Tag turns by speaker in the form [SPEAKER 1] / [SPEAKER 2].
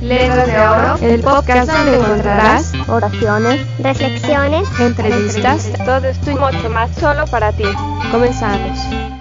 [SPEAKER 1] Letras de Oro, el podcast donde encontrarás
[SPEAKER 2] oraciones, reflexiones,
[SPEAKER 1] entrevistas, todo esto y mucho más solo para ti. Comenzamos.